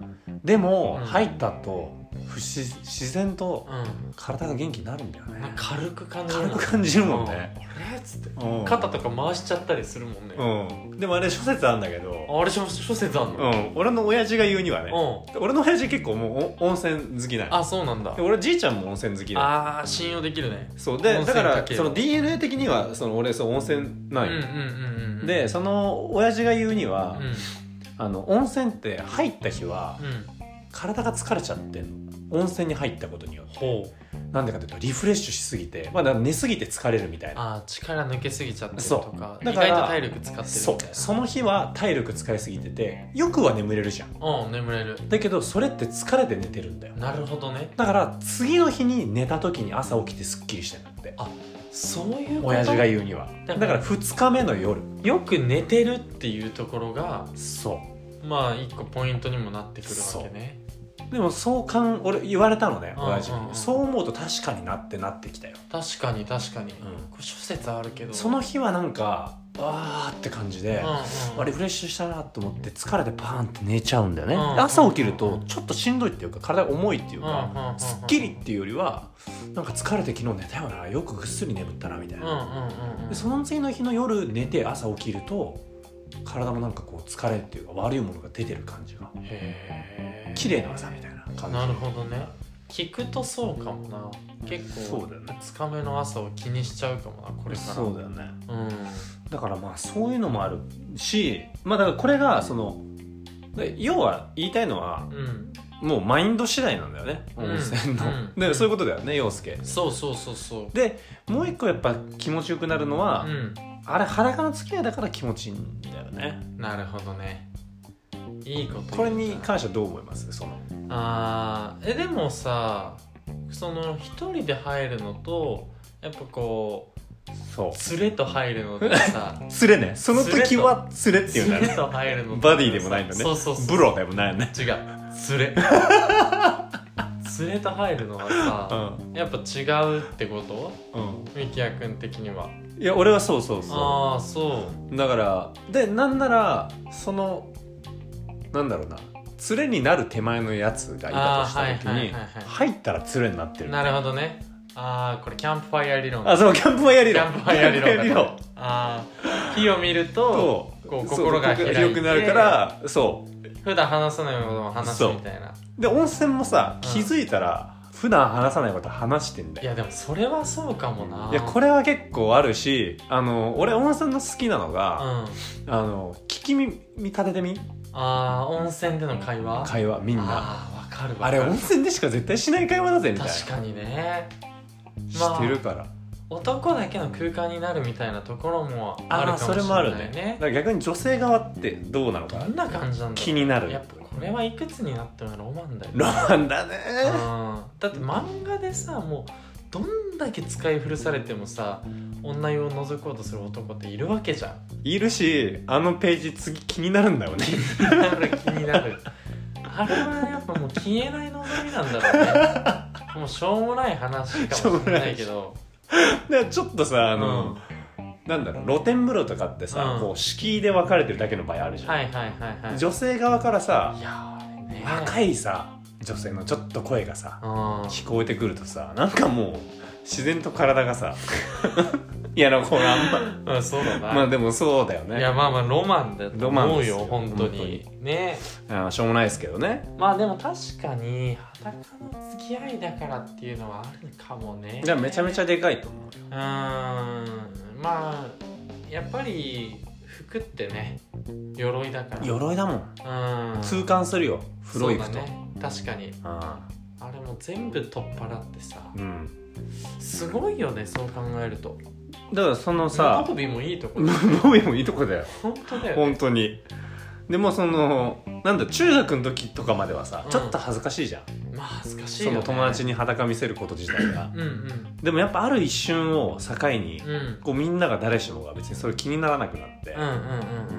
Speaker 2: でも、
Speaker 1: うん
Speaker 2: 入ったと不自自然と
Speaker 1: らん、
Speaker 2: 体が元気になるんだよ
Speaker 1: うん、なん
Speaker 2: ね
Speaker 1: か軽く感じる
Speaker 2: 軽く感じるもんね、
Speaker 1: うんあれっつって
Speaker 2: うん
Speaker 1: 肩とか回しちゃったりするもんね、
Speaker 2: うん、でもあれ諸説あるんだけど、
Speaker 1: あれ諸諸説あん
Speaker 2: う
Speaker 1: の
Speaker 2: ん、俺の親父が言うにはね、
Speaker 1: う
Speaker 2: 俺の親父結構もうお温泉好きなん
Speaker 1: んあそうなんだ
Speaker 2: 俺じいちゃんも温泉好きだ
Speaker 1: あー信用できるね
Speaker 2: そう
Speaker 1: 温
Speaker 2: でだ
Speaker 1: 泉
Speaker 2: から
Speaker 1: だけ
Speaker 2: その DNA 的にはその俺そう温泉
Speaker 1: う
Speaker 2: なん
Speaker 1: んうん
Speaker 2: よ、
Speaker 1: うんうん
Speaker 2: でその親父が言うに
Speaker 1: う
Speaker 2: は、
Speaker 1: ん
Speaker 2: あの温泉って入った日は
Speaker 1: うん
Speaker 2: 体が疲れちゃってんの温泉に入ったことによって
Speaker 1: ほう
Speaker 2: なんでかというとリフレッシュしすぎて、まあ、だから寝すぎて疲れるみたいな
Speaker 1: あー力抜けすぎちゃってるとか
Speaker 2: そうだから
Speaker 1: 意外と体力使ってるみたいな
Speaker 2: そうその日は体力使いすぎててよくは眠れるじゃん
Speaker 1: うん眠れる
Speaker 2: だけどそれって疲れて寝てるんだよ
Speaker 1: なるほどね
Speaker 2: だから次の日に寝た時に朝起きてすっきりしてるんだって
Speaker 1: そういうこと
Speaker 2: 親父が言うには
Speaker 1: だ
Speaker 2: だ
Speaker 1: か
Speaker 2: からら2日目の夜
Speaker 1: よく寝てるっていうところが
Speaker 2: そ
Speaker 1: まあ一個ポイントにもなってくるわけね
Speaker 2: うでもそうかん俺言われたのね
Speaker 1: うん
Speaker 2: 親父
Speaker 1: うんうん
Speaker 2: にそう思うと確かになってなってきたよ
Speaker 1: 確かに確かに、
Speaker 2: ん
Speaker 1: これ諸説あるけど
Speaker 2: その日はなんかわーって感じで
Speaker 1: うん、うん
Speaker 2: あリフレッシュしたなと思って疲れてパーンって寝ちゃうんだよね、
Speaker 1: うん
Speaker 2: で朝起きるとちょっとしんどいっていうか体が重いっていう
Speaker 1: うんうんうん
Speaker 2: か、
Speaker 1: うん
Speaker 2: すっきりっていうよりはなんか疲れて昨日寝たよなよくぐっすり眠ったなみたい
Speaker 1: うん
Speaker 2: な、
Speaker 1: うんうんうん
Speaker 2: でその次の日の夜寝て朝起きると体もなんかこう疲れっていうか悪いものが出てる感じが
Speaker 1: へえ
Speaker 2: 綺麗な朝みたいな感じ
Speaker 1: なるほどね聞くとそうかもな結
Speaker 2: そ
Speaker 1: 構
Speaker 2: うだよね
Speaker 1: 2日目の朝を気にしちゃうかもなこれから
Speaker 2: そうだよね
Speaker 1: うん
Speaker 2: だからまあそういうのもあるしまあだからこれがそので要は言いたいのは
Speaker 1: うん
Speaker 2: もうマインド次第なんだよね
Speaker 1: うん
Speaker 2: 温泉の、
Speaker 1: うん
Speaker 2: でそういうことだよね陽介
Speaker 1: そうそうそうそう
Speaker 2: でもう一個やっぱ気持ちよくなるのは、
Speaker 1: う
Speaker 2: あれ裸の付き合いだから気持ちいいんだよね
Speaker 1: んなるほどねいいこと言うな
Speaker 2: これに関してはどう思いますその
Speaker 1: あーえでもさその一人で入るのとやっぱこ
Speaker 2: そう
Speaker 1: 連れと入るのってさ
Speaker 2: うすれねその時はすれっていうんだ
Speaker 1: 連れ
Speaker 2: ね
Speaker 1: と入るのってさ
Speaker 2: バディでもないんだね
Speaker 1: そうそうそう
Speaker 2: ブロでもないよね
Speaker 1: 違う連れ連れと入るのは
Speaker 2: う
Speaker 1: さ
Speaker 2: ん
Speaker 1: やっぱ違うってこと
Speaker 2: うん
Speaker 1: ミキヤ君的にはい
Speaker 2: や俺はそうそうそ
Speaker 1: ああそう
Speaker 2: だからでなんならそのなんだろうな連れになる手前のやつがいたとし
Speaker 1: あー
Speaker 2: た時に
Speaker 1: はいはいはいはい
Speaker 2: 入ったら連れになって
Speaker 1: う
Speaker 2: る
Speaker 1: なるほどねああこれキャンプファイヤー理論だ
Speaker 2: あそうキャンプファイヤー理論
Speaker 1: キャンプファイヤー理論だ
Speaker 2: キャンプファイヤー
Speaker 1: あー火を見ると
Speaker 2: そう
Speaker 1: こう
Speaker 2: そう
Speaker 1: 心が開いて
Speaker 2: 広くなるからそう
Speaker 1: 普段話さないものを話すみたいな
Speaker 2: で温泉もさ
Speaker 1: うん
Speaker 2: 気づいたら、普段話さないこと話してんだ
Speaker 1: い
Speaker 2: よ
Speaker 1: やでもそれはそうかもない
Speaker 2: やこれは結構あるしあの俺温泉の好きなの
Speaker 1: うん
Speaker 2: が、
Speaker 1: あ
Speaker 2: あの聞き耳立ててみ
Speaker 1: あー温泉での会話
Speaker 2: 会話みんなあ
Speaker 1: ああわかるわか
Speaker 2: れ
Speaker 1: る
Speaker 2: 温泉でしか絶対しない会話だぜみたいな
Speaker 1: 確かにねまあ
Speaker 2: してるから、
Speaker 1: 男だけの空間になるみたいなところもあ
Speaker 2: あ
Speaker 1: る
Speaker 2: る
Speaker 1: かもし
Speaker 2: そ
Speaker 1: れ
Speaker 2: れも
Speaker 1: な
Speaker 2: あ
Speaker 1: い
Speaker 2: る
Speaker 1: ね
Speaker 2: ねだから逆に女性側ってどうなのか
Speaker 1: どんな感じなんだろう
Speaker 2: 気になる
Speaker 1: やっぱこれはいくつになってもロマンだよね
Speaker 2: ロマンだね
Speaker 1: うんだって漫画でさもうどんだけ使い古されてもさ女用を覗こうとする男っているわけじゃん
Speaker 2: いるしあのページ次気になるんだ よね
Speaker 1: 気になる気になるあれはやっぱもう消えない望みなんだろうねもうしょうもない話かもしれないけど
Speaker 2: だからちょっとさあの、
Speaker 1: うん
Speaker 2: なんだろう露天風呂とかってさ、
Speaker 1: うん
Speaker 2: こう敷居で分かれてるだけの場合あるじゃん、
Speaker 1: はいはいはいはい
Speaker 2: 女性側からさ
Speaker 1: いやーあれね
Speaker 2: 若いさ女性のちょっと声がさ
Speaker 1: うん
Speaker 2: 聞こえてくるとさなんかもう自然と体がさ いやなこれあんま
Speaker 1: うん、そうだな、
Speaker 2: まあでもそうだよ
Speaker 1: い
Speaker 2: ね
Speaker 1: やまあまあロマンだと
Speaker 2: ロマン
Speaker 1: 思
Speaker 2: で
Speaker 1: う
Speaker 2: す
Speaker 1: よ
Speaker 2: よ
Speaker 1: 本当にね
Speaker 2: あしょうもないですけどね
Speaker 1: まあでも確かに裸の付き合いだからっていうのはあるかもね
Speaker 2: じゃあめちゃめちゃでかいと思うよ
Speaker 1: うーんまあやっぱり服ってね鎧だから
Speaker 2: 鎧だもん
Speaker 1: うん
Speaker 2: 痛感するよ風呂行く
Speaker 1: そう
Speaker 2: と
Speaker 1: だね確かに
Speaker 2: あ
Speaker 1: あれも全部取っ払ってさ
Speaker 2: ーうん
Speaker 1: すごいよねそう考えると
Speaker 2: だからその
Speaker 1: さ
Speaker 2: さ
Speaker 1: あびもいいとこ
Speaker 2: ボ
Speaker 1: だ
Speaker 2: ーイ もいいとこだよ
Speaker 1: 本当 だよね
Speaker 2: 本当にでもそのなんだ中学の時とかまではさ、
Speaker 1: うん
Speaker 2: ちょっと恥ずかしいじゃん
Speaker 1: まあ恥ずかしい
Speaker 2: そ
Speaker 1: よ、ね、
Speaker 2: の友達に裸見せること自体が
Speaker 1: うんうん
Speaker 2: でもやっぱある一瞬を境に、
Speaker 1: うんうん
Speaker 2: こうみんなが誰しもが別にそれ気にならなくなって、
Speaker 1: うんうんうんう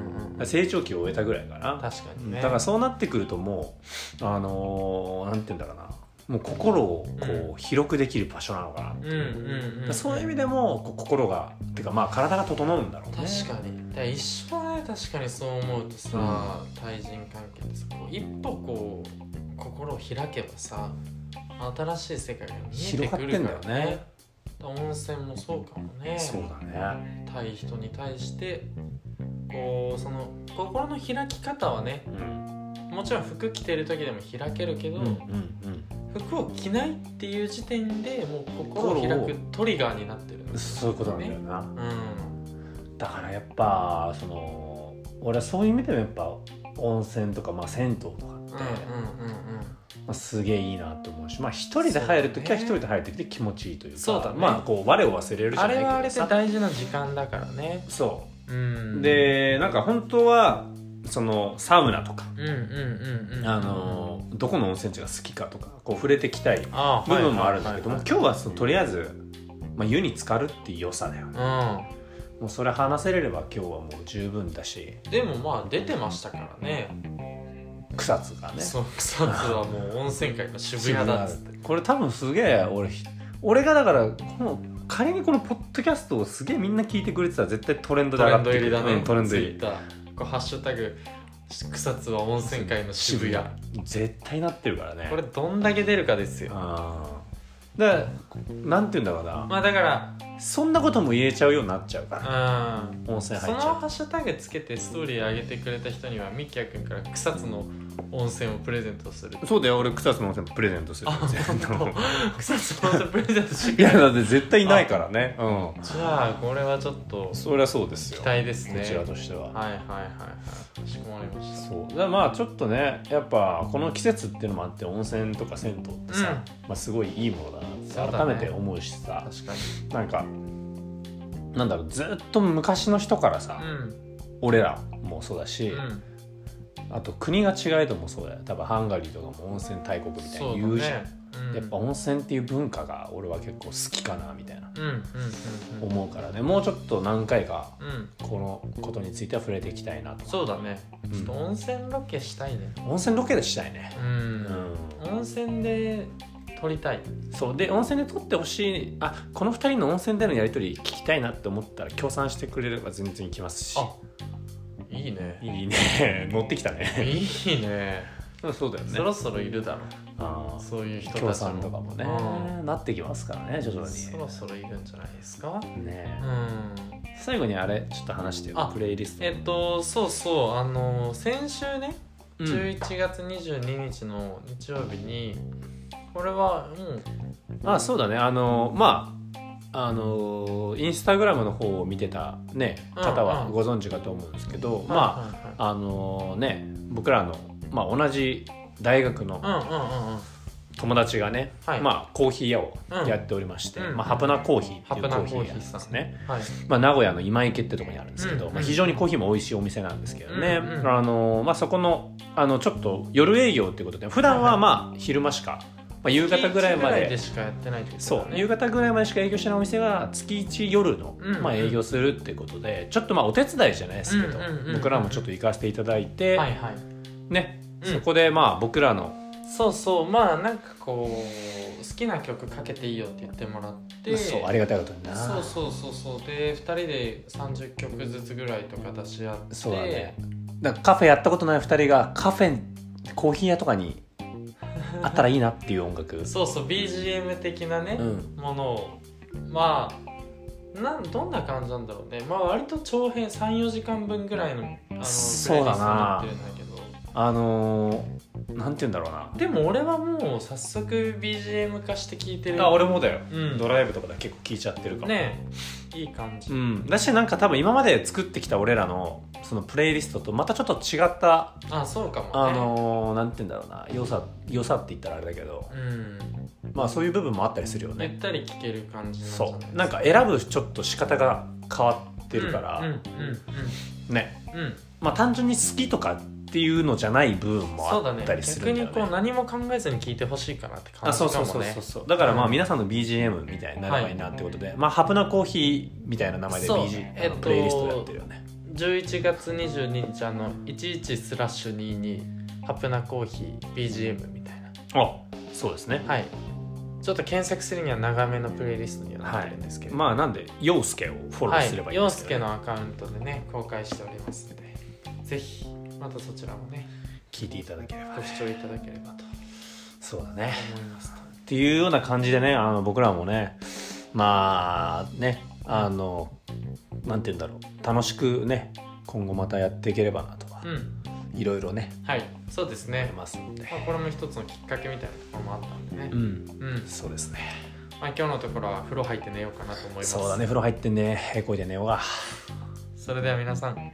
Speaker 1: ん
Speaker 2: 成長期を終えたぐらいかな、
Speaker 1: 確かにね
Speaker 2: だからそうなってくるともうあのーなんて言うんだろうなもう心をこう広くできる場所なのかな、
Speaker 1: うんうんうん
Speaker 2: そういう意味でもこう心がてかまあ体が整うんだろうね
Speaker 1: 確かにだから一緒だね確かにそう思うとさ、対人関係ってさこう一歩こう心を開けばさ新しい世界が見えてくるから
Speaker 2: 広がってんだよ
Speaker 1: ね
Speaker 2: ね
Speaker 1: 温泉もそうかもね
Speaker 2: そうだね
Speaker 1: 対人に対してこうその心の開き方はね
Speaker 2: うん
Speaker 1: もちろん服着てる時でも開けるけど、
Speaker 2: うんうん
Speaker 1: 服を着ないっていう時点でもう心を開くトリガーになってる
Speaker 2: うんそういうことなんだよな、
Speaker 1: うん
Speaker 2: だからやっぱその俺はそういう意味でもやっぱ温泉とか、まあ、銭湯とかって、
Speaker 1: うんうんうんうん
Speaker 2: まあ、すげえいいなと思うしまあ一人で入る時は一人で入ってきて気持ちいいというか
Speaker 1: そうだね
Speaker 2: まあこう我を忘れるじ
Speaker 1: あ
Speaker 2: ゃない
Speaker 1: れ
Speaker 2: けど
Speaker 1: はあれで
Speaker 2: さ
Speaker 1: 大事な時間だからね。
Speaker 2: そ
Speaker 1: うん
Speaker 2: う、でなんか本当はそのサウナとか、
Speaker 1: うんうんうんうん。
Speaker 2: あのどこの温泉地が好きかとかこう触れてきたい
Speaker 1: あ
Speaker 2: 部分もあるんだけども、
Speaker 1: はい
Speaker 2: 今日はそのとりあえず、まあ、湯に浸かるっていう良さだよね
Speaker 1: はいはい
Speaker 2: もうそれ話せれれば今日はもう十分だし
Speaker 1: うん。でもまあ出てましたからね。
Speaker 2: 草津がね
Speaker 1: そう草津はもう温泉街が渋谷だっつって。
Speaker 2: これ多分すげえ俺ひ俺がだからこの仮にこのポッドキャストをすげえみんな聞いてくれてたら絶対トレンド
Speaker 1: ト
Speaker 2: で上
Speaker 1: レ
Speaker 2: が
Speaker 1: ン
Speaker 2: っ
Speaker 1: ド入
Speaker 2: て
Speaker 1: り
Speaker 2: くる
Speaker 1: だね。
Speaker 2: うんトレンド入
Speaker 1: ツイッ
Speaker 2: り
Speaker 1: ターこうハッシュタグ草津は温泉街の渋谷。
Speaker 2: 絶対なってるからね
Speaker 1: これどんだけ出るかですよ。
Speaker 2: あーだからなんて言うんだろうな、
Speaker 1: まあだから
Speaker 2: そんなことも言えちゃうようになっちゃうから、
Speaker 1: うん。
Speaker 2: 温泉
Speaker 1: そ
Speaker 2: 入
Speaker 1: の
Speaker 2: っちゃ
Speaker 1: ハッシュタグつけてストーリー上げてくれた人にはミキヤ君から草津の温泉をプレゼントする
Speaker 2: うそうだよ俺草津の温泉プレゼントする
Speaker 1: あ本当草津の温泉プレゼントし
Speaker 2: いやだって絶対いないからねう
Speaker 1: じゃあこれはちょっと
Speaker 2: んそりゃそうですよ
Speaker 1: 期待ですね
Speaker 2: こちらとしては、
Speaker 1: はいはいはいはいかしこまりまし
Speaker 2: そうだからまあちょっとねやっぱこの季節っていうのもあって温泉とか銭湯ってさ、まあ、すごいいいものだ
Speaker 1: そうだ
Speaker 2: なっ
Speaker 1: ね
Speaker 2: て改めて思うしたさ
Speaker 1: 確かに
Speaker 2: なんかなんだろうずっと昔の人からさ、
Speaker 1: うん
Speaker 2: 俺らもそうだし、
Speaker 1: うん
Speaker 2: あと国が違えどもそうだよ多分ハンガリーとかも温泉大国みたい
Speaker 1: そ
Speaker 2: に
Speaker 1: う
Speaker 2: 言うじゃん、
Speaker 1: だねうん
Speaker 2: やっぱ温泉っていう文化が俺は結構好きかなみたいな
Speaker 1: うんうんうん
Speaker 2: 思うからねもうちょっと何回か
Speaker 1: うんうん
Speaker 2: このことについては触れていきたいなと
Speaker 1: そうだね
Speaker 2: うん
Speaker 1: ちょっと温泉ロケしたいね
Speaker 2: 温泉ロケでしたいね
Speaker 1: う
Speaker 2: うん
Speaker 1: ん温泉で撮りたい
Speaker 2: そうで温泉で撮ってほしいあこの2人の温泉でのやり取り聞きたいなって思ったら協賛してくれれば全然行きますし
Speaker 1: あいいね
Speaker 2: いいね持ってきたね
Speaker 1: いいね
Speaker 2: うんそうだよ
Speaker 1: そ
Speaker 2: ね
Speaker 1: ろそろいるだろ
Speaker 2: あ
Speaker 1: うそういう人
Speaker 2: あ共
Speaker 1: たち
Speaker 2: 産
Speaker 1: も
Speaker 2: とかもね
Speaker 1: う
Speaker 2: なってきますからね徐々に
Speaker 1: そろそろいるんじゃないですか
Speaker 2: ね
Speaker 1: う
Speaker 2: え
Speaker 1: ん
Speaker 2: 最後にあれちょっと話してよ
Speaker 1: あ
Speaker 2: プレイリスト
Speaker 1: えっとそうそうあの先週ね
Speaker 2: うん
Speaker 1: 11月22日の日曜日にこれはうん
Speaker 2: あそうだねあのまああのインスタグラムの方を見てた、ね、
Speaker 1: うん
Speaker 2: 方は
Speaker 1: うん
Speaker 2: ご存知かと思うんですけど、ま
Speaker 1: あ
Speaker 2: ああのね僕らの、まあ、同じ大学の
Speaker 1: うんうんうんうん
Speaker 2: 友達がね、
Speaker 1: はい
Speaker 2: まあ、コーヒー屋を
Speaker 1: うん
Speaker 2: やっておりまして、
Speaker 1: うん
Speaker 2: まあ、ハプナコーヒーっていうコ
Speaker 1: ハプナ
Speaker 2: ー
Speaker 1: コ
Speaker 2: ヒ
Speaker 1: ー
Speaker 2: ー
Speaker 1: ヒ
Speaker 2: 屋
Speaker 1: ー
Speaker 2: で
Speaker 1: さん
Speaker 2: すね、
Speaker 1: はい
Speaker 2: まあ、名古屋の今池ってとこにあるんですけど、
Speaker 1: うん
Speaker 2: まあ、非常にコーヒーも美味しいお店なんですけどね、
Speaker 1: うんうん
Speaker 2: あのまあ、そこのあのちょっと夜営業っていうことで普段はまあ昼間しか、まあ、夕方ぐらいま
Speaker 1: 月一
Speaker 2: で
Speaker 1: でしかやってないってことだ
Speaker 2: そ
Speaker 1: ね
Speaker 2: う夕方ぐらいまでしか営業してないお店が月1夜の、
Speaker 1: うん
Speaker 2: まあ、営業するってことでちょっとまあお手伝いじゃないですけど、
Speaker 1: うんうんうんうん
Speaker 2: 僕らもちょっと行かせていただいて、
Speaker 1: はいはい
Speaker 2: ね、
Speaker 1: うん
Speaker 2: そこでまあ僕らの
Speaker 1: そうそうまあなんかこう好きな曲かけていいよって言ってもらって
Speaker 2: そうありがたいことにな
Speaker 1: そうそうそうそうで2人で30曲ずつぐらいとか出し合って
Speaker 2: そうだねなんかカフェやったことない2人がカフェコーヒー屋とかにあったらいいなっていう音楽
Speaker 1: そうそう BGM 的なね、
Speaker 2: うん
Speaker 1: ものをまあなんどんな感じなんだろうねまあ割と長編34時間分ぐらいのあの
Speaker 2: そうだな
Speaker 1: プレイリストになってるんだけど
Speaker 2: あのー、なんて言うんだろうな
Speaker 1: でも俺はもう早速 BGM 化して聴いてる
Speaker 2: あ俺もだよ、
Speaker 1: うん
Speaker 2: ドライブとかで結構聴いちゃってるかも
Speaker 1: ねいい感じ、
Speaker 2: うん、だしなんか多分今まで作ってきた俺らのそのプレイリストとまたちょっと違った
Speaker 1: あそうかもね
Speaker 2: あのー、なんて言うんだろうな良さ良さって言ったらあれだけど
Speaker 1: うん
Speaker 2: まあそういう部分もあったりするよ
Speaker 1: ゆっ
Speaker 2: ね
Speaker 1: たり聴ける感じなんじゃない
Speaker 2: そ
Speaker 1: です
Speaker 2: うなんか選ぶちょっと仕方が変わってるから、
Speaker 1: うんうん
Speaker 2: ね
Speaker 1: うんうん
Speaker 2: まあ単純に好きとかっていうのじゃない部分も
Speaker 1: そうだ
Speaker 2: あ
Speaker 1: ね
Speaker 2: ったりするんだよね
Speaker 1: 逆にこう何も考えずに聴いてほしいかなって感
Speaker 2: あ
Speaker 1: じ
Speaker 2: そ
Speaker 1: かも
Speaker 2: う
Speaker 1: ね
Speaker 2: そうそうそうそうだからまあ
Speaker 1: うん
Speaker 2: 皆さんの BGM みたいになればいいなってことで、まあハプナコーヒーみたいな名前で
Speaker 1: そう
Speaker 2: BG、
Speaker 1: えっ
Speaker 2: あ
Speaker 1: と
Speaker 2: のプレイリストをやってるよね
Speaker 1: 11月22日あの11スラッシュ22ハプナコーヒー BGM みたいな
Speaker 2: あそうですね
Speaker 1: はいちょっと検索するには長めのプレイリストにはなってるんですけど、
Speaker 2: まあなんで陽介をフォロ
Speaker 1: は
Speaker 2: ー
Speaker 1: い
Speaker 2: すればいいん
Speaker 1: 陽
Speaker 2: です
Speaker 1: 介
Speaker 2: けど、ね
Speaker 1: のアカウントでね公開しておりますのでぜひまたそちらもね
Speaker 2: 聞いていただければ
Speaker 1: ご視聴いただければと
Speaker 2: そうだね
Speaker 1: 思います と
Speaker 2: っていうような感じでねあの僕らもねまあねあのなんて言うんだろう楽しくね今後またやっていければなとは
Speaker 1: うん
Speaker 2: いろいろね
Speaker 1: はいそうです
Speaker 2: 思い
Speaker 1: ね、ま
Speaker 2: ますので
Speaker 1: あ、これも一つのきっかけみたいなところもあったんでね
Speaker 2: うん
Speaker 1: うん、
Speaker 2: そうですね
Speaker 1: まあ、今日のところは風呂入って寝ようかなと思います
Speaker 2: そうだね風呂入ってねえこいで寝ようが
Speaker 1: それでは皆さん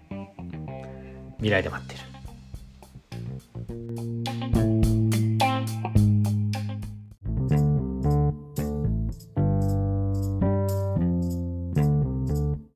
Speaker 2: 未来で待ってる